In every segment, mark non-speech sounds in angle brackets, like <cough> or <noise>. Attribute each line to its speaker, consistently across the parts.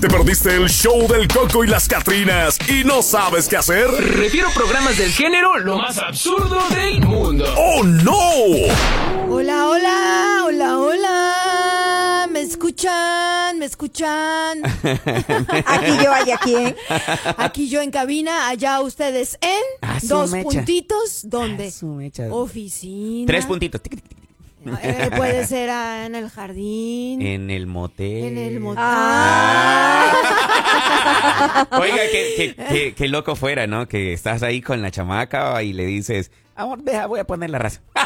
Speaker 1: ¿Te perdiste el show del Coco y las Catrinas y no sabes qué hacer?
Speaker 2: Refiero programas del género lo más absurdo del mundo.
Speaker 1: ¡Oh, no!
Speaker 3: Hola, hola, hola, hola. ¿Me escuchan? ¿Me
Speaker 4: <laughs>
Speaker 3: escuchan?
Speaker 5: Aquí yo, allá aquí, ¿eh?
Speaker 3: Aquí yo en cabina, allá ustedes en
Speaker 5: Ah, su
Speaker 3: dos
Speaker 5: mecha.
Speaker 3: puntitos. ¿Dónde?
Speaker 5: Ah, su mecha.
Speaker 3: Oficina.
Speaker 4: Tres puntitos. Tic, tic, tic.
Speaker 3: Eh, puede ser ah, en el jardín.
Speaker 4: En el Ah. motel.
Speaker 3: En el motel. <laughs>
Speaker 4: Oiga, qué, qué- qué- qué loco fuera, ¿no? Que estás ahí con la chamaca y le dices, amor, deja, voy a poner la raza. <laughs>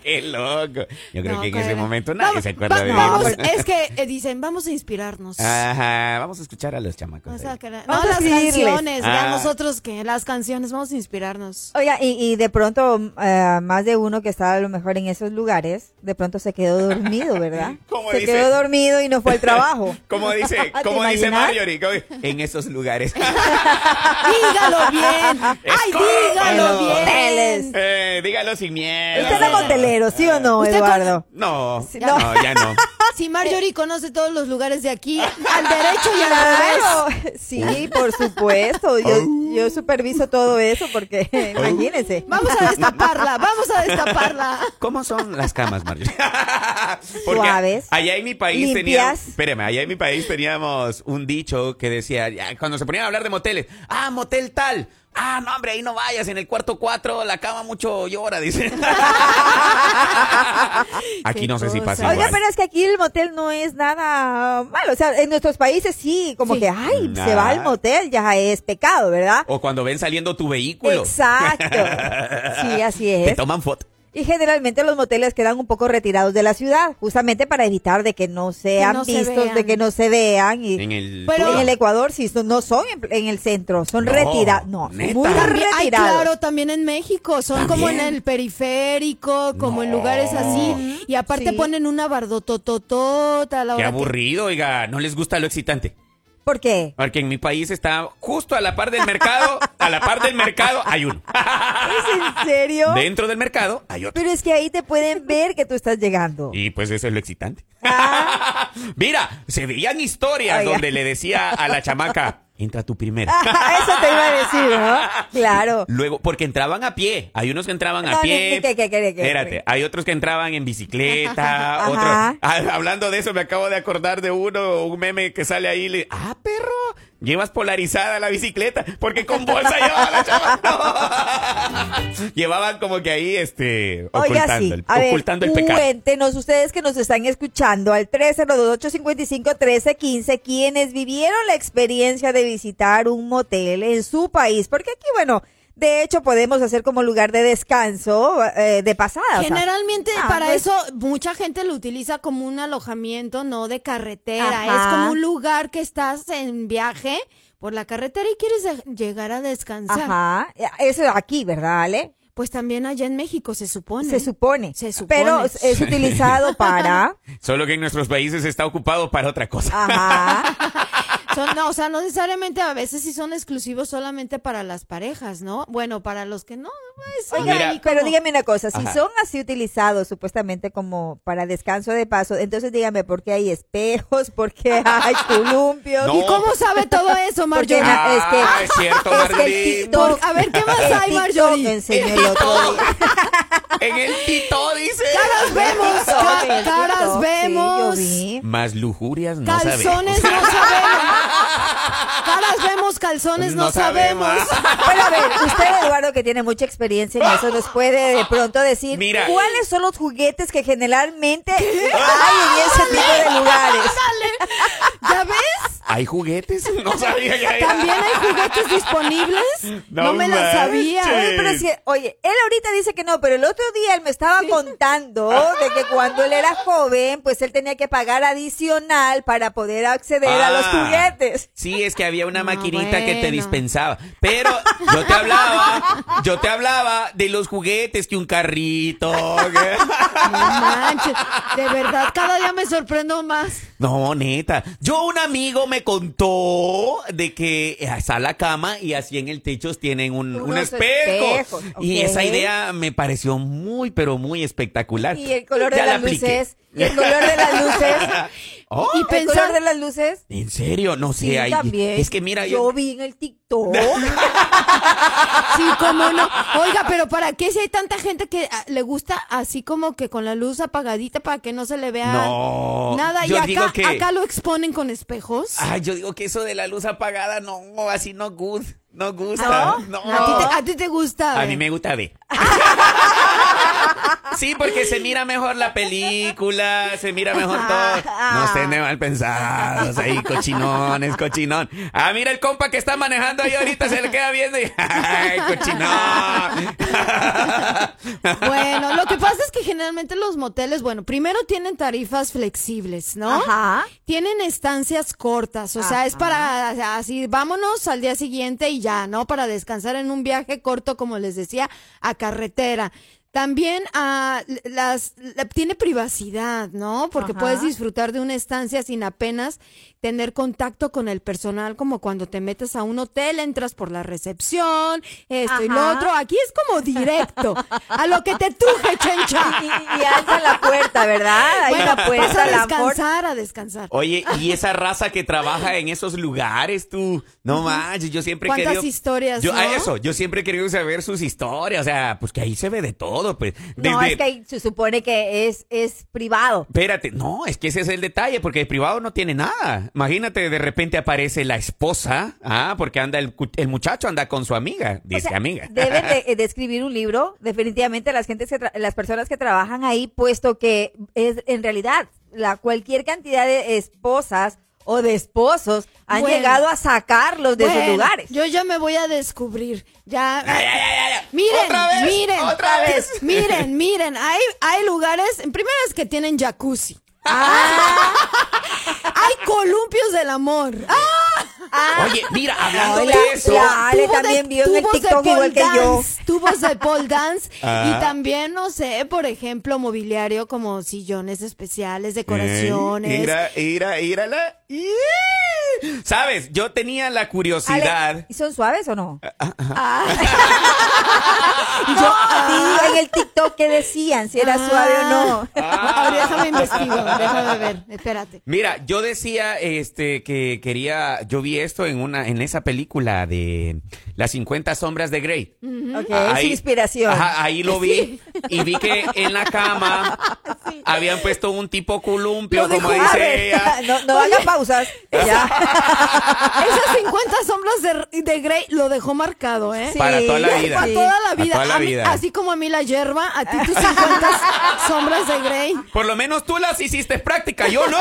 Speaker 4: qué loco. Yo creo
Speaker 3: No,
Speaker 4: que en ese
Speaker 3: cara.
Speaker 4: momento nadie
Speaker 3: Vamos-
Speaker 4: se acuerda
Speaker 3: va-
Speaker 4: de Ah,
Speaker 3: vamos-
Speaker 4: eso.
Speaker 3: Es que eh, dicen, vamos a inspirarnos.
Speaker 4: Ajá, vamos a escuchar a los chamacos.
Speaker 3: Vamos
Speaker 4: ahí.
Speaker 3: a cara-
Speaker 5: Vamos
Speaker 3: no,
Speaker 5: a
Speaker 3: las
Speaker 5: escribirles.
Speaker 3: canciones, ya
Speaker 4: Ah.
Speaker 3: nosotros que las canciones, vamos a inspirarnos.
Speaker 5: Oiga, y, y de pronto eh, más de uno que estaba a lo mejor en esos lugares, de pronto se quedó dormido, ¿verdad?
Speaker 4: <laughs> ¿Cómo
Speaker 5: se
Speaker 4: dice?
Speaker 5: quedó dormido y no fue al trabajo.
Speaker 4: <laughs>
Speaker 3: <laughs>
Speaker 4: ¿Cómo dice,
Speaker 5: ¿Te
Speaker 4: cómo dice
Speaker 5: imaginas?
Speaker 4: Marjorie? ¿Cómo- En esos lugares. <laughs>
Speaker 3: Dígalo bien. Ay, dígalo bien.
Speaker 4: Eh, dígalo sin miedo.
Speaker 5: Usted es motelero, ¿sí o no,
Speaker 3: ¿Usted
Speaker 5: Eduardo?
Speaker 4: No,
Speaker 5: no.
Speaker 4: no, ya no.
Speaker 3: Si Marjorie conoce todos los lugares de aquí, al derecho y al revés.
Speaker 5: Claro, <laughs> sí, por supuesto. Yo, yo superviso todo eso porque, <laughs> imagínense.
Speaker 3: Vamos a destaparla, vamos a destaparla.
Speaker 4: ¿Cómo son las camas, Marjorie? <laughs> Porque
Speaker 5: Suaves,
Speaker 4: Allá en mi país
Speaker 5: limpias.
Speaker 4: teníamos. Espérame, allá en mi país teníamos un dicho que decía, ya, cuando se ponían a hablar de moteles, ah, motel tal. Ah, no, hombre, ahí no vayas, en el cuarto cuatro, la cama mucho
Speaker 5: <laughs>
Speaker 4: llora, dice. Aquí
Speaker 3: Qué
Speaker 4: no sé si
Speaker 3: cosa.
Speaker 4: pasa.
Speaker 5: Oiga,
Speaker 4: igual.
Speaker 5: pero es que aquí el motel no es nada malo. O sea, en nuestros países sí, como
Speaker 3: Sí.
Speaker 5: que, ay,
Speaker 4: Nah.
Speaker 5: se va al motel, ya es pecado, ¿verdad?
Speaker 4: O cuando ven saliendo tu vehículo. <laughs>
Speaker 5: Exacto. Sí, así es.
Speaker 4: Te toman foto.
Speaker 5: Y generalmente los moteles quedan un poco retirados de la ciudad, justamente para evitar de que no sean
Speaker 3: no se
Speaker 5: vistos,
Speaker 3: vean.
Speaker 5: de que no se vean. Y
Speaker 4: En el.
Speaker 3: Pero-
Speaker 5: en el Ecuador sí, son- no son en, en el centro, son
Speaker 4: No,
Speaker 5: retirados. No,
Speaker 4: neta.
Speaker 5: muy
Speaker 3: También, ay,
Speaker 5: retirados.
Speaker 3: claro, también en México, son como en
Speaker 4: También.
Speaker 3: el periférico, como en lugares así, y aparte
Speaker 5: Sí.
Speaker 3: ponen una bardotototota a la
Speaker 4: Qué
Speaker 3: hora que-
Speaker 4: aburrido, oiga, no les gusta lo excitante.
Speaker 5: ¿Por
Speaker 4: <laughs>
Speaker 5: qué?
Speaker 4: Porque en mi país está justo a la par del mercado, a la par del mercado hay uno.
Speaker 5: ¿Es en serio?
Speaker 4: Dentro del mercado hay otro.
Speaker 5: Pero es que ahí te pueden ver que tú estás llegando.
Speaker 4: Y pues eso es lo excitante. <laughs> Mira, se veían historias
Speaker 5: Oiga.
Speaker 4: donde le decía a la chamaca, entra tú primero.
Speaker 5: <laughs> Eso te iba a decir,
Speaker 4: <laughs>
Speaker 5: ¿no? Claro.
Speaker 4: Luego, porque entraban a pie. Hay unos que entraban a
Speaker 5: No,
Speaker 4: pie.
Speaker 5: ni- ni- que- que- que- que-
Speaker 4: Espérate, hay otros que entraban en
Speaker 5: <laughs>
Speaker 4: bicicleta.
Speaker 5: Ajá.
Speaker 4: otros. <laughs> Ah, Hablando de eso, me acabo de acordar de uno, un meme que sale ahí. Le, ah, perro, llevas polarizada la bicicleta. Porque con
Speaker 5: <laughs>
Speaker 4: bolsa llevaba la chava. <laughs> No. Llevaban como que ahí, este,
Speaker 5: Oiga,
Speaker 4: ocultando,
Speaker 5: sí.
Speaker 4: el,
Speaker 5: A ver,
Speaker 4: ocultando el pecado.
Speaker 5: cuéntenos ustedes que nos están escuchando al 302-855-1315 quienes vivieron la experiencia de visitar un motel en su país. Porque aquí, bueno, de hecho podemos hacer como lugar de descanso eh, de pasada. o sea.
Speaker 3: Generalmente
Speaker 5: Ah,
Speaker 3: para
Speaker 5: no es-
Speaker 3: eso mucha gente lo utiliza como un alojamiento, no de carretera.
Speaker 5: Ajá.
Speaker 3: Es como un lugar que estás en viaje por la carretera y quieres de- llegar a descansar.
Speaker 5: Ajá. Eso aquí, ¿verdad, Ale?
Speaker 3: Pues también allá en México se supone.
Speaker 5: Se supone.
Speaker 3: Se supone.
Speaker 5: Pero es utilizado para...
Speaker 4: <laughs> Solo que en nuestros países está ocupado para otra cosa. <laughs>
Speaker 5: Ajá.
Speaker 3: Son- no, o sea, no necesariamente a veces sí son exclusivos solamente para las parejas, ¿no? Bueno, para los que no. pues,
Speaker 5: Oiga,
Speaker 4: Mira.
Speaker 3: ahí
Speaker 5: pero
Speaker 3: como-
Speaker 5: dígame una cosa, si
Speaker 4: Ajá.
Speaker 5: son así utilizados supuestamente como para descanso de paso, entonces dígame por qué hay espejos, <laughs> por qué hay columpios.
Speaker 4: <laughs> No.
Speaker 3: ¿Y cómo sabe todo eso, Marjorie?
Speaker 5: Porque-
Speaker 4: Ah,
Speaker 5: es que-
Speaker 4: es cierto,
Speaker 5: Es que
Speaker 4: Marlene.
Speaker 5: el TikTok,
Speaker 3: A ver, ¿qué más
Speaker 5: el
Speaker 3: hay,
Speaker 5: TikTok
Speaker 3: Marjorie?
Speaker 5: enseñó el otro día.
Speaker 4: <laughs> En el Tito dice.
Speaker 3: Caras
Speaker 5: <laughs>
Speaker 3: vemos, ca-
Speaker 5: El TikTok,
Speaker 3: caras
Speaker 5: sí,
Speaker 3: vemos.
Speaker 5: yo vi.
Speaker 4: Más lujurias no
Speaker 3: Calzones
Speaker 4: sabemos.
Speaker 3: no sabemos. Caras vemos, calzones no, sabemos.
Speaker 5: Bueno, a ver, usted, Eduardo, que tiene mucha experiencia en eso, nos puede de pronto decir
Speaker 4: Mira.
Speaker 5: cuáles son los juguetes que generalmente hay en ese tipo de lugares.
Speaker 3: <laughs> ¿Ya ves?
Speaker 4: ¿Hay juguetes? <laughs> No sabía que había.
Speaker 3: También hay juguetes disponibles. No,
Speaker 4: No
Speaker 3: me la sabía.
Speaker 4: manches.
Speaker 5: Oye, pero es que, oye, él ahorita dice que no, pero el otro día él me estaba contando de que cuando él era joven, pues él tenía que pagar adicional para poder acceder a los
Speaker 4: Ah.
Speaker 5: juguetes.
Speaker 4: Sí, es que había una
Speaker 3: No,
Speaker 4: maquinita que te
Speaker 3: bueno.
Speaker 4: dispensaba. Pero yo te hablaba, yo te hablaba de los juguetes, que un carrito. que- <laughs>
Speaker 3: No manches. De verdad, cada día me sorprendo más.
Speaker 4: No, neta. Yo un amigo me contó de que está la cama y así en el techo tienen un, un
Speaker 5: Unos
Speaker 4: espejo.
Speaker 5: espejos,
Speaker 4: Y
Speaker 5: ok.
Speaker 4: esa idea me pareció muy, pero muy espectacular.
Speaker 5: Y el color de
Speaker 4: Ya la
Speaker 5: las
Speaker 4: apliqué. <laughs>
Speaker 5: luces. Y <laughs> el color de las luces.
Speaker 4: Oh,
Speaker 3: Y
Speaker 5: El
Speaker 3: pensar-
Speaker 5: color de las luces.
Speaker 4: ¿En serio? No sé.
Speaker 5: Sí,
Speaker 4: ahí-
Speaker 5: también.
Speaker 4: Es que mira,
Speaker 5: yo
Speaker 4: yo...
Speaker 5: vi en el
Speaker 4: <laughs>
Speaker 5: TikTok.
Speaker 3: Sí, cómo no. Oiga, pero ¿para qué si hay tanta gente que ah, le gusta así como que con la luz apagadita para que no se le vea
Speaker 4: No,
Speaker 3: nada?
Speaker 4: yo
Speaker 3: y
Speaker 4: digo
Speaker 3: acá,
Speaker 4: que-
Speaker 3: acá lo exponen con espejos.
Speaker 4: Ay, yo digo que eso de la luz apagada, no, así no good, no gusta.
Speaker 5: ¿No?
Speaker 4: No.
Speaker 3: ¿A, ti te, a ti te gusta?
Speaker 4: A mí me gusta ver. Sí, porque se mira mejor la película, se mira mejor todo. No estén de mal pensados ahí, cochinones, cochinón. Ah, mira el compa que está manejando ahí ahorita, se le queda viendo y... <laughs> ¡Ay, cochinón!
Speaker 3: Bueno, lo que pasa es que generalmente los moteles, bueno, primero tienen tarifas flexibles, ¿no?
Speaker 5: Ajá.
Speaker 3: Tienen estancias cortas, o sea, es para así, vámonos al día siguiente y ya, ¿no? Para descansar en un viaje corto, como les decía, a carretera. También ah, l- las la- tiene privacidad, ¿no? Porque
Speaker 5: Ajá.
Speaker 3: puedes disfrutar de una estancia sin apenas tener contacto con el personal, como cuando te metes a un hotel, entras por la recepción, esto y lo
Speaker 5: Ajá.
Speaker 3: otro. Aquí es como directo, a lo que te
Speaker 5: <laughs>
Speaker 3: tuje,
Speaker 5: Y,
Speaker 3: chencha.
Speaker 5: y- y alza la puerta, ¿verdad? Ahí
Speaker 3: Bueno,
Speaker 5: la
Speaker 3: pues a
Speaker 5: puerta, la amor.
Speaker 3: descansar, a descansar.
Speaker 4: Oye, y esa raza que trabaja en esos lugares, tú, no manches, yo siempre he
Speaker 3: ¿Cuántas
Speaker 4: querido-
Speaker 3: historias,
Speaker 4: Yo,
Speaker 3: no?
Speaker 4: a eso, yo siempre he querido saber sus historias, o sea, pues que ahí se ve de todo, pues.
Speaker 5: No,
Speaker 4: Desde-
Speaker 5: es que ahí se supone que es, es privado.
Speaker 4: Espérate, no, es que ese es el detalle, porque el privado no tiene nada. Imagínate, de repente aparece la esposa, ah, porque anda el, cu- el muchacho anda con su amiga,
Speaker 5: O
Speaker 4: dice
Speaker 5: sea,
Speaker 4: amiga.
Speaker 5: Deben
Speaker 4: <laughs>
Speaker 5: de, de escribir un libro, definitivamente, las, gentes que tra- las personas que trabajan ahí, puesto que es en realidad la cualquier cantidad de esposas o de esposos han
Speaker 3: Bueno.
Speaker 5: llegado a sacarlos de sus
Speaker 3: Bueno,
Speaker 5: lugares.
Speaker 3: Yo ya me voy a descubrir. Ya.
Speaker 4: Ay, ay, ay, ay, ay.
Speaker 3: Miren,
Speaker 4: ¿Otra vez?
Speaker 3: miren,
Speaker 4: otra
Speaker 5: <laughs>
Speaker 4: vez.
Speaker 3: miren, miren, hay, hay lugares, en primeras que tienen jacuzzi.
Speaker 5: Ah.
Speaker 3: Ah, hay columpios del amor. ¡Ah!
Speaker 4: <laughs> Oye, mira, hablando
Speaker 5: Ay,
Speaker 4: de
Speaker 5: la-
Speaker 4: eso.
Speaker 5: la- Ale
Speaker 3: Tubo de-
Speaker 5: también vio en el
Speaker 3: tubos de
Speaker 5: TikTok
Speaker 3: pole
Speaker 5: igual que yo.
Speaker 3: dance, Tubos de pole
Speaker 5: <laughs>
Speaker 3: dance
Speaker 4: Ah.
Speaker 3: y también, no sé, por ejemplo, mobiliario como sillones especiales, decoraciones. <laughs>
Speaker 4: Ira, ira, írala. Yeah. Sabes, yo tenía la
Speaker 5: Ale,
Speaker 4: curiosidad.
Speaker 5: ¿y ¿Son suaves o no?
Speaker 4: Ah,
Speaker 5: Ah.
Speaker 4: <laughs>
Speaker 5: <laughs> yo vi en el TikTok que decían si era
Speaker 3: Ah.
Speaker 5: suave o no.
Speaker 3: <laughs> Ahora
Speaker 5: Ah.
Speaker 3: déjame investigo, déjame ver, espérate.
Speaker 4: Ah. Mira, yo decía este que quería, yo vi esto en una, en esa película de Las 50 sombras de Grey.
Speaker 3: Mm.
Speaker 5: Ok, es inspiración.
Speaker 4: Ajá, ahí lo vi y vi que en la
Speaker 3: <laughs>
Speaker 4: cama habían puesto un tipo columpio,
Speaker 5: Lo
Speaker 4: como
Speaker 5: dijo Abel.
Speaker 4: dice ella.
Speaker 5: <laughs> No, no hagan pausas.
Speaker 4: <laughs>
Speaker 5: Ya.
Speaker 3: Esas 50 sombras de, de Grey lo dejó marcado, ¿eh?
Speaker 5: Sí.
Speaker 4: Para toda la
Speaker 5: Sí.
Speaker 4: vida.
Speaker 3: Para toda la
Speaker 4: Para
Speaker 3: vida.
Speaker 4: toda la
Speaker 3: A mí-
Speaker 4: vida.
Speaker 3: así como a mí la hierba, a ti tus 50 sombras de Grey.
Speaker 4: Por lo menos tú las hiciste práctica, yo no.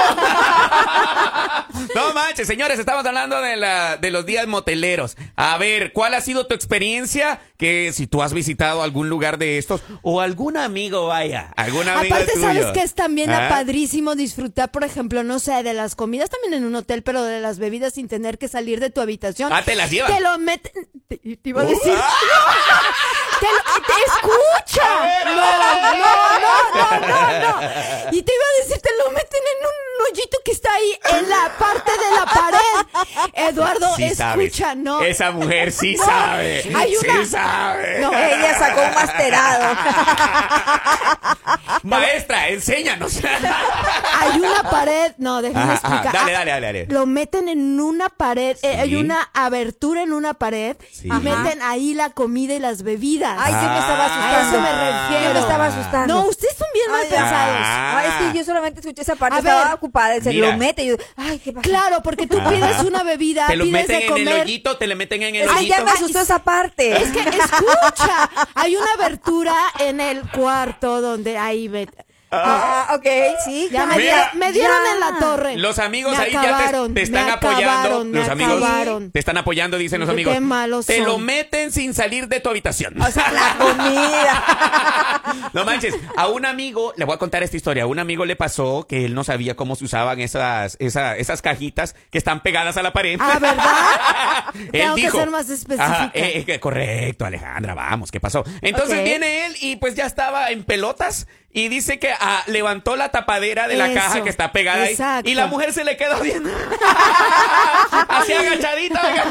Speaker 4: No manches, señores, estamos hablando de, la, de los días moteleros. A ver, ¿cuál ha sido tu experiencia? Que si tú has visitado algún lugar de estos o algún amigo vaya, algún amigo
Speaker 3: Aparte,
Speaker 4: tuyo.
Speaker 3: ¿sabes que es también
Speaker 4: ¿Ah?
Speaker 3: padrísimo disfrutar, por ejemplo, no sé, de las comidas también en un hotel, pero de las bebidas sin tener que salir de tu habitación?
Speaker 4: Ah, te las Uh. llevan.
Speaker 3: Te lo meten. Te, te iba a
Speaker 4: <laughs>
Speaker 3: decir. Te, lo- te escucha. No, no, no, no, no. Y te iba a decir, te lo meten en un hoyito que está ahí en la parte de la pared.
Speaker 4: <laughs>
Speaker 3: Eduardo,
Speaker 4: Sí sabes.
Speaker 3: escucha, no.
Speaker 4: Esa mujer sí
Speaker 3: No,
Speaker 4: sabe.
Speaker 3: hay una-
Speaker 4: Sí sabe.
Speaker 3: No,
Speaker 5: Ella sacó un masterado.
Speaker 4: <laughs> Maestra,
Speaker 3: <laughs>
Speaker 4: enséñanos.
Speaker 3: Hay
Speaker 4: <laughs>
Speaker 3: una pared, no, déjame
Speaker 4: Ajá, ajá,
Speaker 3: explicar.
Speaker 4: dale,
Speaker 3: Ah,
Speaker 4: dale, dale, dale.
Speaker 3: Lo meten en una pared, eh,
Speaker 4: Sí.
Speaker 3: hay una abertura en una pared
Speaker 4: Sí.
Speaker 3: y
Speaker 4: Ajá.
Speaker 3: meten ahí la comida y las bebidas.
Speaker 5: Ah. Ay, sí me estaba
Speaker 3: A
Speaker 5: asustando.
Speaker 3: eso me
Speaker 5: Yo
Speaker 3: refiero.
Speaker 5: me estaba asustando.
Speaker 3: No, ustedes son bien mal
Speaker 5: Ay,
Speaker 3: pensados.
Speaker 4: Ah.
Speaker 5: Ay, es que yo solamente escuché esa parte,
Speaker 3: A
Speaker 5: estaba
Speaker 3: ver.
Speaker 5: ocupada, se
Speaker 4: Mira.
Speaker 5: lo mete y yo, ay, qué pasa.
Speaker 3: Claro, porque tú
Speaker 4: Ajá.
Speaker 3: pides una bebida,
Speaker 4: te lo
Speaker 3: pides de
Speaker 4: meten en el
Speaker 3: comer.
Speaker 4: hoyito, te le meten en el
Speaker 5: Es que
Speaker 4: hoyito.
Speaker 5: ya me asustó esa parte.
Speaker 3: Es que escucha, hay una abertura en el cuarto donde ahí me,
Speaker 5: Ah, ok, sí.
Speaker 3: ya me,
Speaker 5: claro.
Speaker 4: Mira.
Speaker 3: dieron- me dieron
Speaker 5: Ya.
Speaker 3: en la torre.
Speaker 4: Los amigos
Speaker 3: Me
Speaker 4: ahí ya te-
Speaker 3: acabaron,
Speaker 4: te,
Speaker 3: me
Speaker 4: están apoyando.
Speaker 3: acabaron, me
Speaker 4: los amigos
Speaker 3: acabaron.
Speaker 4: te están apoyando, dicen los
Speaker 3: Qué
Speaker 4: amigos.
Speaker 3: malos
Speaker 4: te lo
Speaker 3: son.
Speaker 4: meten sin salir de tu habitación.
Speaker 5: O sea, la comida.
Speaker 4: <laughs> no manches. A un amigo, le voy a contar esta historia. A un amigo le pasó que él no sabía cómo se usaban esas, esa- esas cajitas que están pegadas a la pared.
Speaker 3: Ah, ¿verdad?
Speaker 4: <laughs> Él
Speaker 3: Tengo que
Speaker 4: dijo,
Speaker 3: ser más específica.
Speaker 4: "Ajá, eh, eh, correcto, Alejandra, vamos, ¿qué pasó? Entonces
Speaker 5: Ok.
Speaker 4: viene él y pues ya estaba en pelotas y dice que ah, levantó la tapadera de la
Speaker 3: Eso,
Speaker 4: caja que está pegada ahí,
Speaker 3: exacto.
Speaker 4: y la mujer se le queda
Speaker 3: <laughs>
Speaker 4: viendo así agachadita. oiga.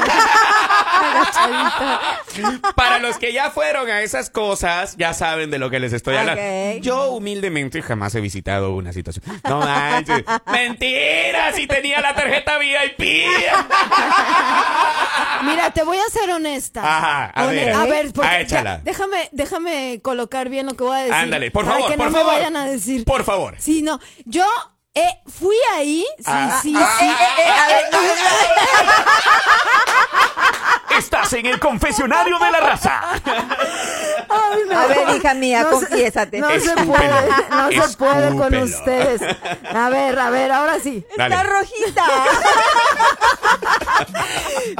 Speaker 4: Para los que ya fueron a esas cosas, ya saben de lo que les estoy hablando.
Speaker 5: Ok.
Speaker 4: Yo humildemente jamás he visitado una situación. No manches. Mentira, si tenía la tarjeta VIP.
Speaker 3: Mira, te voy a ser honesta.
Speaker 4: Ajá, a
Speaker 3: Hone-
Speaker 4: ver.
Speaker 3: A ver, porque
Speaker 4: Ah, échala.
Speaker 3: ya- déjame, déjame colocar bien lo que voy a decir.
Speaker 4: Ándale, por
Speaker 3: para
Speaker 4: favor,
Speaker 3: que
Speaker 4: por
Speaker 3: no
Speaker 4: favor.
Speaker 3: me vayan a decir.
Speaker 4: Por favor.
Speaker 3: Sí, no. Yo eh, fui ahí. Sí,
Speaker 4: Ah,
Speaker 3: sí,
Speaker 4: ah,
Speaker 3: sí. Eh,
Speaker 4: ah.
Speaker 1: Estás en el confesionario de la raza.
Speaker 3: Ay, no.
Speaker 5: A ver, hija mía,
Speaker 3: No se-
Speaker 5: confiésate.
Speaker 3: no se
Speaker 4: ah. Escúpelo,
Speaker 3: puede, no se puede con
Speaker 4: escúpelo.
Speaker 3: ustedes. A ver, a ver, ahora sí.
Speaker 5: Está
Speaker 4: Dale.
Speaker 5: rojita.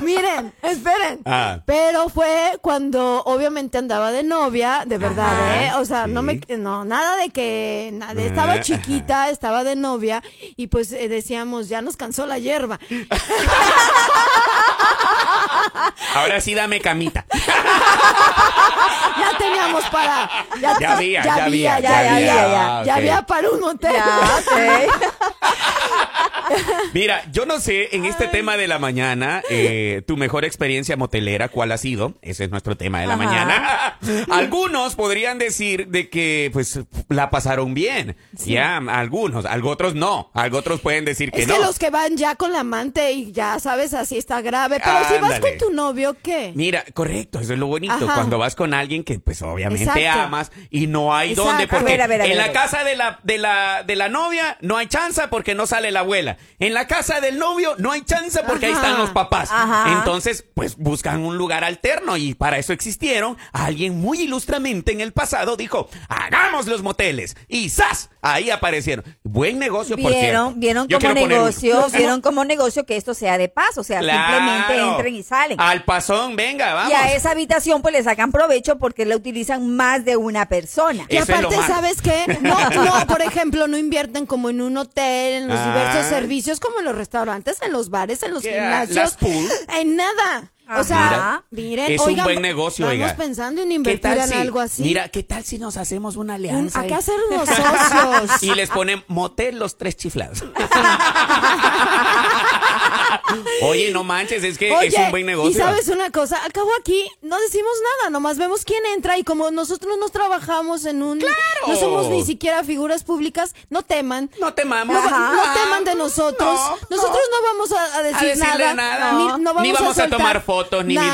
Speaker 3: Miren, esperen.
Speaker 4: Ah.
Speaker 3: Pero fue cuando obviamente andaba de novia, de verdad,
Speaker 4: Ajá,
Speaker 3: ¿eh? O sea, no me
Speaker 4: sí. Eh,
Speaker 3: no nada de que nada,
Speaker 4: Ajá.
Speaker 3: estaba chiquita, estaba de novia y pues eh, decíamos, ya nos cansó la hierba.
Speaker 4: Ahora sí dame camita.
Speaker 3: Ya teníamos para ya,
Speaker 4: Ya había, ya había,
Speaker 3: ya,
Speaker 5: ya
Speaker 3: había,
Speaker 5: había,
Speaker 4: ah,
Speaker 3: ya
Speaker 4: ok.
Speaker 3: había para un motel.
Speaker 5: <laughs> Ya, ok.
Speaker 4: Mira, yo no sé, en este tema de la mañana, eh, tu mejor experiencia motelera, ¿cuál ha sido? Ese es nuestro tema de la
Speaker 5: Ajá.
Speaker 4: mañana. <laughs> algunos podrían decir de que, pues, la pasaron bien. Ya, algunos, algo otros no. Algo otros pueden decir que
Speaker 3: Es
Speaker 4: no.
Speaker 3: que los que van ya con la amante y ya sabes, así está grave. Pero si vas
Speaker 4: Ándale.
Speaker 3: con tu novio, ¿qué?
Speaker 4: Mira, correcto, eso es lo bonito.
Speaker 3: Ajá.
Speaker 4: Cuando vas con alguien que, pues, obviamente
Speaker 3: Exacto.
Speaker 4: amas y no hay
Speaker 3: Exacto.
Speaker 4: dónde.
Speaker 3: A
Speaker 4: Porque
Speaker 5: ver, a ver, a
Speaker 4: en
Speaker 5: ver,
Speaker 4: la
Speaker 5: a ver.
Speaker 4: casa de la, de, la, de la novia no hay chance porque no sale la abuela. En la casa del novio no hay chance porque ahí
Speaker 3: Ajá.
Speaker 4: están los papás.
Speaker 5: Ajá.
Speaker 4: Entonces, pues, buscan un lugar alterno y para eso existieron. Alguien muy ilustramente en el pasado dijo, hagamos los moteles. Y ¡zas! Ahí aparecieron. Buen negocio, por cierto.
Speaker 5: <laughs> Vieron, vieron
Speaker 4: Yo
Speaker 5: como
Speaker 4: quiero poner uno.
Speaker 5: negocio, vieron como negocio que esto sea de paso, o sea, simplemente
Speaker 4: Claro.
Speaker 5: entren y salen.
Speaker 4: Al pasón, venga, vamos.
Speaker 5: Y a esa habitación pues le sacan provecho porque la utilizan más de una persona.
Speaker 3: Y
Speaker 4: Eso es lo
Speaker 3: aparte,
Speaker 4: malo.
Speaker 3: ¿sabes qué? No, no, por ejemplo, no invierten como en un hotel, en los
Speaker 4: Ah.
Speaker 3: diversos servicios, como en los restaurantes, en los bares, en los
Speaker 4: ¿Qué?
Speaker 3: gimnasios.
Speaker 4: Las pool.
Speaker 3: En nada.
Speaker 5: Ajá.
Speaker 3: O sea,
Speaker 4: Mira,
Speaker 3: miren,
Speaker 4: es un
Speaker 3: oigan,
Speaker 4: buen negocio,
Speaker 3: vamos
Speaker 4: oiga.
Speaker 3: pensando en
Speaker 4: ¿Qué
Speaker 3: invertir
Speaker 4: tal
Speaker 3: en
Speaker 4: si-
Speaker 3: algo así.
Speaker 4: Mira, ¿qué tal si nos hacemos una
Speaker 3: Un-
Speaker 4: alianza?
Speaker 3: acá <laughs> ser
Speaker 4: <laughs>
Speaker 3: los socios.
Speaker 4: Y les ponen motel los tres
Speaker 3: <laughs>
Speaker 4: chiflados. Oye, no manches, es que es
Speaker 3: Oye,
Speaker 4: un buen negocio.
Speaker 3: Y sabes una cosa, al cabo aquí no decimos nada, nomás vemos quién entra y como nosotros no trabajamos en un... No somos ni siquiera figuras públicas, no teman.
Speaker 4: No te mamo.
Speaker 3: No, no teman de nosotros. nosotros no, vamos a, a
Speaker 4: A
Speaker 3: decir
Speaker 4: decirle
Speaker 3: nada.
Speaker 4: nada.
Speaker 3: Ni, no vamos,
Speaker 4: Ni vamos a
Speaker 3: soltar
Speaker 4: tomar fotos, ni
Speaker 3: nada,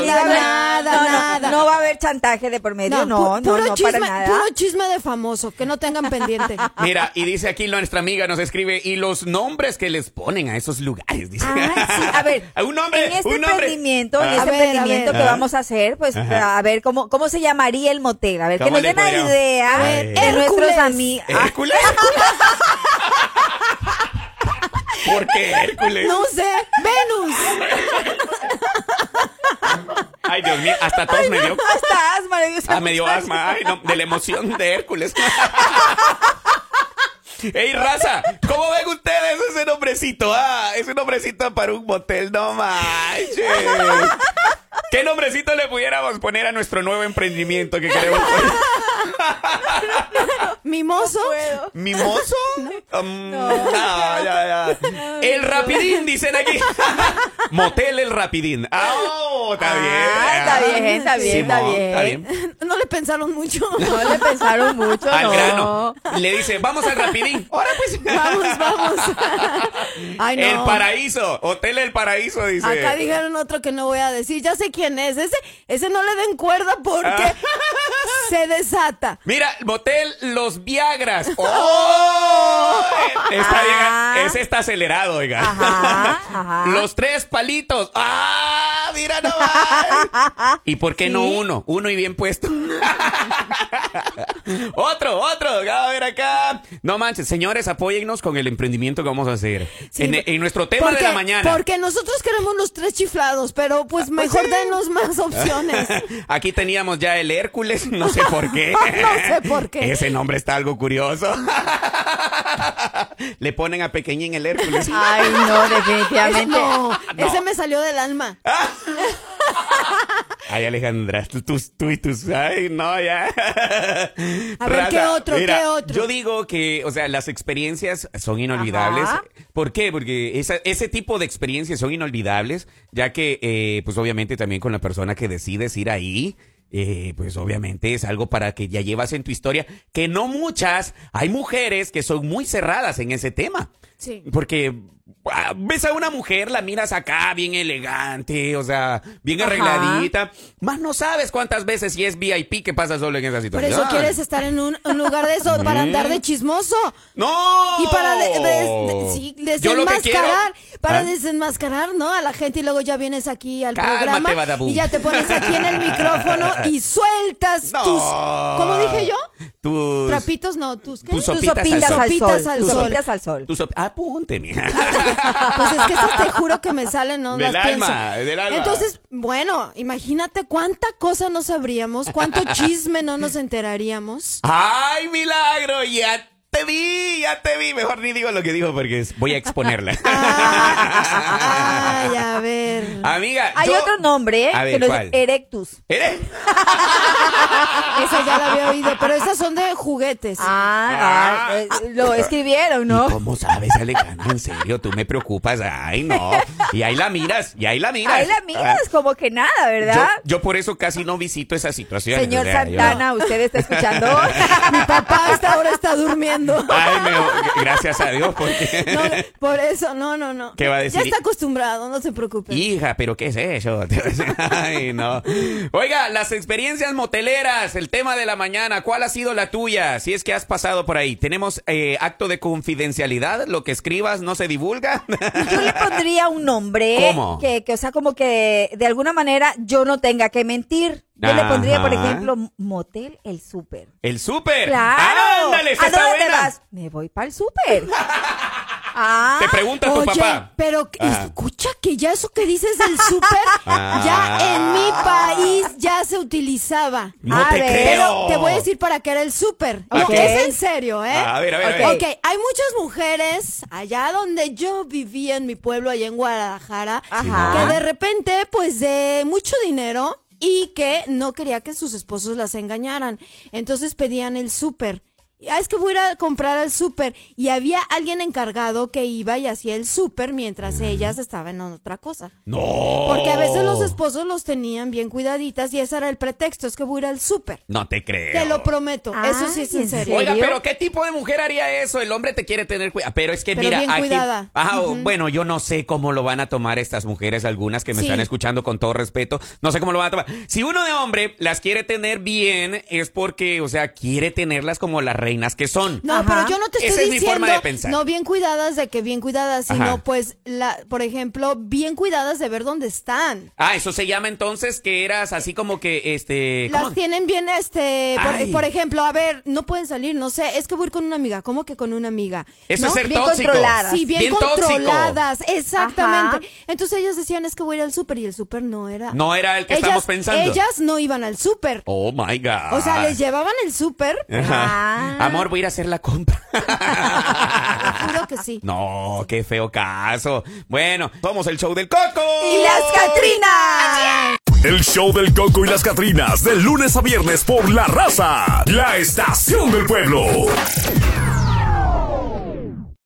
Speaker 4: videos.
Speaker 5: Ya
Speaker 3: Nada,
Speaker 5: ve-
Speaker 3: nada,
Speaker 5: no, no,
Speaker 3: nada.
Speaker 5: no va a haber chantaje de por medio, no, no,
Speaker 3: pu-
Speaker 5: no,
Speaker 3: puro
Speaker 5: para
Speaker 3: chisme,
Speaker 5: nada.
Speaker 3: Puro chisme de famoso, que no tengan
Speaker 4: <laughs>
Speaker 3: pendiente.
Speaker 4: Mira, y dice aquí nuestra amiga, nos escribe, y los nombres que les ponen a esos lugares, dice.
Speaker 5: Ah,
Speaker 3: <laughs>
Speaker 5: sí, a ver.
Speaker 4: <laughs> un nombre,
Speaker 5: En este
Speaker 4: un nombre.
Speaker 5: emprendimiento, en
Speaker 4: Ah.
Speaker 3: A
Speaker 5: este
Speaker 3: ver, a
Speaker 5: emprendimiento
Speaker 3: ver.
Speaker 5: que
Speaker 4: Ajá.
Speaker 5: vamos a hacer, pues
Speaker 4: Ajá.
Speaker 5: a ver cómo, cómo se llamaría el motel. A ver, que
Speaker 4: ¿Cómo
Speaker 5: nos
Speaker 4: le
Speaker 5: den una
Speaker 4: podríamos-
Speaker 5: idea
Speaker 4: A
Speaker 5: de
Speaker 4: ver,
Speaker 3: Hércules.
Speaker 5: nuestros amigos.
Speaker 4: Eh, Hércules. <laughs> ¿Por qué Hércules?
Speaker 3: No sé, Venus.
Speaker 4: Ay, Dios mío, hasta tos me dio.
Speaker 5: Hasta asma le dio esa
Speaker 4: Ah, me dio
Speaker 5: muchacha.
Speaker 4: asma. Ay, no, de la emoción de Hércules. <laughs> Ey, raza, ¿cómo ven ustedes ese nombrecito? Ah, ese nombrecito para un motel, no manches. ¿Qué nombrecito le pudiéramos poner a nuestro nuevo emprendimiento que <laughs> queremos poner?
Speaker 3: Mimoso.
Speaker 4: ¿Mimoso? Um, ah, <laughs> ya, ya. El rapidín, dicen aquí. <laughs> Motel el rapidín. Ah, oh, está bien.
Speaker 5: Ah, está bien, está bien, está
Speaker 4: Simón,
Speaker 5: bien.
Speaker 3: No le pensaron mucho.
Speaker 5: <laughs> No le pensaron mucho,
Speaker 4: Al
Speaker 5: no.
Speaker 4: grano. Le dice, vamos al rapidín. Ahora pues.
Speaker 3: Vamos,
Speaker 4: <laughs>
Speaker 3: vamos. Ay, no.
Speaker 4: El paraíso. Hotel El Paraíso, dice.
Speaker 3: Acá dijeron otro que no voy a decir. Ya sé quién es. Ese, ese no le den cuerda porque
Speaker 4: <laughs> Ah.
Speaker 3: se desata.
Speaker 4: Mira, motel Los
Speaker 5: <laughs>
Speaker 4: Viagras. ¡Oh! Está bien, ese está acelerado, oiga.
Speaker 5: Ajá, ajá.
Speaker 4: <laughs> Los tres palitos. ¡Ah! Mira nomás. ¿Y por qué no uno? Uno y bien puesto. <laughs> otro, otro. A ver acá. No manches, señores, apóyennos con el emprendimiento que vamos a hacer.
Speaker 3: Sí,
Speaker 4: en, en nuestro tema de
Speaker 3: Porque-
Speaker 4: la mañana. Ah,
Speaker 3: Porque nosotros queremos los tres chiflados, pero pues mejor denos más opciones.
Speaker 4: <laughs> Aquí teníamos ya el Hércules, no sé por qué.
Speaker 3: <laughs> No sé por qué.
Speaker 4: Ese nombre está algo curioso. <laughs> Le ponen a pequeñín el Hércules.
Speaker 5: <laughs> Ay,
Speaker 3: <laughs>
Speaker 5: no,
Speaker 3: Ese
Speaker 5: definitivamente.
Speaker 3: no,
Speaker 4: No.
Speaker 3: ese me salió del alma.
Speaker 4: Ay, Alejandra, tú, tú, tú y tus. Ay, no, ya.
Speaker 3: A ver, ¿qué otro? ¿Qué otro?
Speaker 4: Yo digo que, o sea, las experiencias son inolvidables.
Speaker 5: Ajá.
Speaker 4: ¿Por qué? Porque esa- ese tipo de experiencias son inolvidables, ya que, eh, pues obviamente también con la persona que decides ir ahí. eh, pues obviamente es algo para que ya llevas en tu historia, que no muchas, hay mujeres que son muy cerradas en ese tema.
Speaker 3: Sí.
Speaker 4: Porque ah, ves a una mujer, la miras acá bien elegante, o sea, bien
Speaker 5: Ajá.
Speaker 4: arregladita, más no sabes cuántas veces si es VIP que pasa solo en esa
Speaker 3: Por
Speaker 4: situación.
Speaker 3: eso quieres estar en un, un lugar de
Speaker 4: <laughs>
Speaker 3: eso, para andar de chismoso.
Speaker 4: No.
Speaker 3: Y para de- de- de- sí,
Speaker 4: Oh. Yo lo que quiero-
Speaker 3: desenmascarar, para
Speaker 4: Ah,
Speaker 3: desenmascarar, ¿no? A la gente y luego ya vienes aquí al
Speaker 4: Cálmate,
Speaker 3: programa
Speaker 4: Badabun.
Speaker 3: y ya te pones aquí en el micrófono
Speaker 4: <laughs>
Speaker 3: y sueltas
Speaker 4: No.
Speaker 3: tus, ¿cómo dije yo?
Speaker 4: Tus
Speaker 3: Trapitos, no, tus, ¿qué?
Speaker 4: tus
Speaker 5: Tus sopitas
Speaker 4: Sopitas al sol.
Speaker 5: al sol.
Speaker 3: Sopitas al
Speaker 5: Tus
Speaker 3: sol.
Speaker 5: sopitas al sol.
Speaker 4: tus op- apunte, mija.
Speaker 3: <laughs> Pues es que esas te juro que me salen, ¿no?
Speaker 4: Del
Speaker 3: Las pienso.
Speaker 4: alma, del alma.
Speaker 3: Entonces, bueno, imagínate cuánta cosa no sabríamos, cuánto chisme no nos enteraríamos.
Speaker 4: Ay, milagro, ya te vi, ya te vi. Mejor ni digo lo que digo porque es- voy a
Speaker 3: <laughs>
Speaker 4: exponerla.
Speaker 3: Ay, a ver.
Speaker 4: Amiga,
Speaker 5: Hay
Speaker 4: yo-
Speaker 5: otro nombre
Speaker 4: A
Speaker 5: que
Speaker 4: ver,
Speaker 5: lo-
Speaker 4: ¿cuál?
Speaker 5: Erectus.
Speaker 4: ¿Eres?
Speaker 3: Esa ya la había oído, pero esas son de juguetes.
Speaker 5: Ah,
Speaker 4: Ah.
Speaker 5: ah, eh, lo escribieron,
Speaker 4: ¿Y
Speaker 5: ¿no?
Speaker 4: ¿Cómo sabes, Alejandra? En serio, tú me preocupas. Ay, no. Y ahí la miras, y ahí la miras.
Speaker 5: Ahí la miras como que nada,
Speaker 4: Ah,
Speaker 5: ¿verdad?
Speaker 4: Yo, yo por eso casi no visito esas situaciones.
Speaker 5: Señor
Speaker 4: o sea, yo-
Speaker 5: Santana, usted está
Speaker 4: <laughs>
Speaker 5: escuchando.
Speaker 3: Mi papá hasta ahora está durmiendo.
Speaker 4: Ay, me- gracias a Dios, porque.
Speaker 3: <laughs> No, por eso, no, no, no.
Speaker 4: ¿Qué va a decir?
Speaker 3: Ya está acostumbrado, no se preocupe.
Speaker 4: Hija, pero ¿qué es eso? <laughs> Ay, no. Oiga, las experiencias moteleras, el tema de la mañana, ¿cuál ha sido la tuya? Si es que has pasado por ahí. Tenemos eh, acto de confidencialidad, lo que escribas no se divulga. <laughs>
Speaker 5: Yo le pondría un nombre
Speaker 4: ¿Cómo?
Speaker 5: Que, que, o sea, como que de alguna manera yo no tenga que mentir. Yo le pondría, por
Speaker 4: Ajá.
Speaker 5: ejemplo, Motel El Súper.
Speaker 4: El súper. Ah,
Speaker 5: ¡Claro!
Speaker 4: ¡Ándale! esa
Speaker 5: ¿A
Speaker 4: está
Speaker 5: dónde
Speaker 4: buena.
Speaker 5: vas? Me voy para el súper.
Speaker 4: <laughs>
Speaker 5: Ah,
Speaker 4: Te pregunta tu
Speaker 3: Oye,
Speaker 4: papá.
Speaker 3: pero
Speaker 4: Ah.
Speaker 3: escucha que ya eso que dices del súper,
Speaker 4: <laughs> Ah.
Speaker 3: ya en mi país ya se utilizaba.
Speaker 4: No
Speaker 5: A
Speaker 4: te
Speaker 5: ver,
Speaker 4: creo.
Speaker 3: Pero te voy a decir para qué era el súper.
Speaker 4: Ok.
Speaker 3: No, es en serio, ¿eh?
Speaker 4: A ver, a ver, a
Speaker 3: Ok,
Speaker 4: ver.
Speaker 3: hay muchas mujeres allá donde yo vivía en mi pueblo, allá en Guadalajara,
Speaker 5: Ajá.
Speaker 3: que de repente, pues de mucho dinero y que no quería que sus esposos las engañaran. Entonces pedían el súper. Ah, es que voy a ir a comprar al súper. Y había alguien encargado que iba y hacía el súper mientras ellas estaban en otra cosa.
Speaker 4: No.
Speaker 3: Porque a veces
Speaker 4: Oh.
Speaker 3: los esposos los tenían bien cuidaditas y ese era el pretexto, es que voy a ir al súper.
Speaker 4: No te creo.
Speaker 3: Te lo prometo, eso sí
Speaker 5: Ay,
Speaker 3: es en
Speaker 5: ¿en
Speaker 3: serio.
Speaker 5: serio?
Speaker 4: Oiga, pero ¿qué tipo de mujer haría eso? El hombre te quiere tener cuidado. Pero es que
Speaker 3: Pero
Speaker 4: mira,
Speaker 3: bien
Speaker 4: aquí-
Speaker 3: cuidada.
Speaker 4: Ajá, o- bueno, yo no sé cómo lo van a tomar estas mujeres, algunas que me
Speaker 3: Sí.
Speaker 4: están escuchando con todo respeto. No sé cómo lo van a tomar. Si uno de hombre las quiere tener bien, es porque, o sea, quiere tenerlas como las reinas que son.
Speaker 3: No,
Speaker 5: Ajá.
Speaker 3: pero yo no te
Speaker 4: Esa
Speaker 3: estoy
Speaker 4: es mi
Speaker 3: diciendo
Speaker 4: forma de pensar.
Speaker 3: no bien cuidadas de que bien cuidadas, sino
Speaker 4: Ajá.
Speaker 3: pues la, por ejemplo, bien cuidadas de ver dónde están.
Speaker 4: Ah, eso se llama entonces que eras así como que este.
Speaker 3: Las
Speaker 4: ¿cómo?
Speaker 3: tienen bien, este,
Speaker 4: Ay.
Speaker 3: por, por ejemplo, a ver, no pueden salir, no sé, es que voy a ir con una amiga, ¿cómo que con una amiga?
Speaker 4: Eso
Speaker 3: ¿No?
Speaker 4: es ser
Speaker 5: Bien
Speaker 4: tóxico.
Speaker 5: controladas.
Speaker 3: Sí, bien,
Speaker 4: tóxico.
Speaker 3: controladas, exactamente.
Speaker 5: Ajá.
Speaker 3: Entonces ellas decían, es que voy a ir al súper y el súper no era.
Speaker 4: No era el que estamos pensando.
Speaker 3: Ellas no iban al súper.
Speaker 4: Oh my God.
Speaker 3: O sea, les llevaban el súper.
Speaker 4: <laughs> Ajá.
Speaker 5: Ah.
Speaker 4: Amor, voy a ir a hacer la compra. <laughs>
Speaker 3: Te juro que sí.
Speaker 4: No, qué feo caso. Bueno, somos el show del Coco.
Speaker 5: y las Catrinas.
Speaker 1: El show del Coco y las Catrinas, de lunes a viernes por La Raza, la estación del pueblo.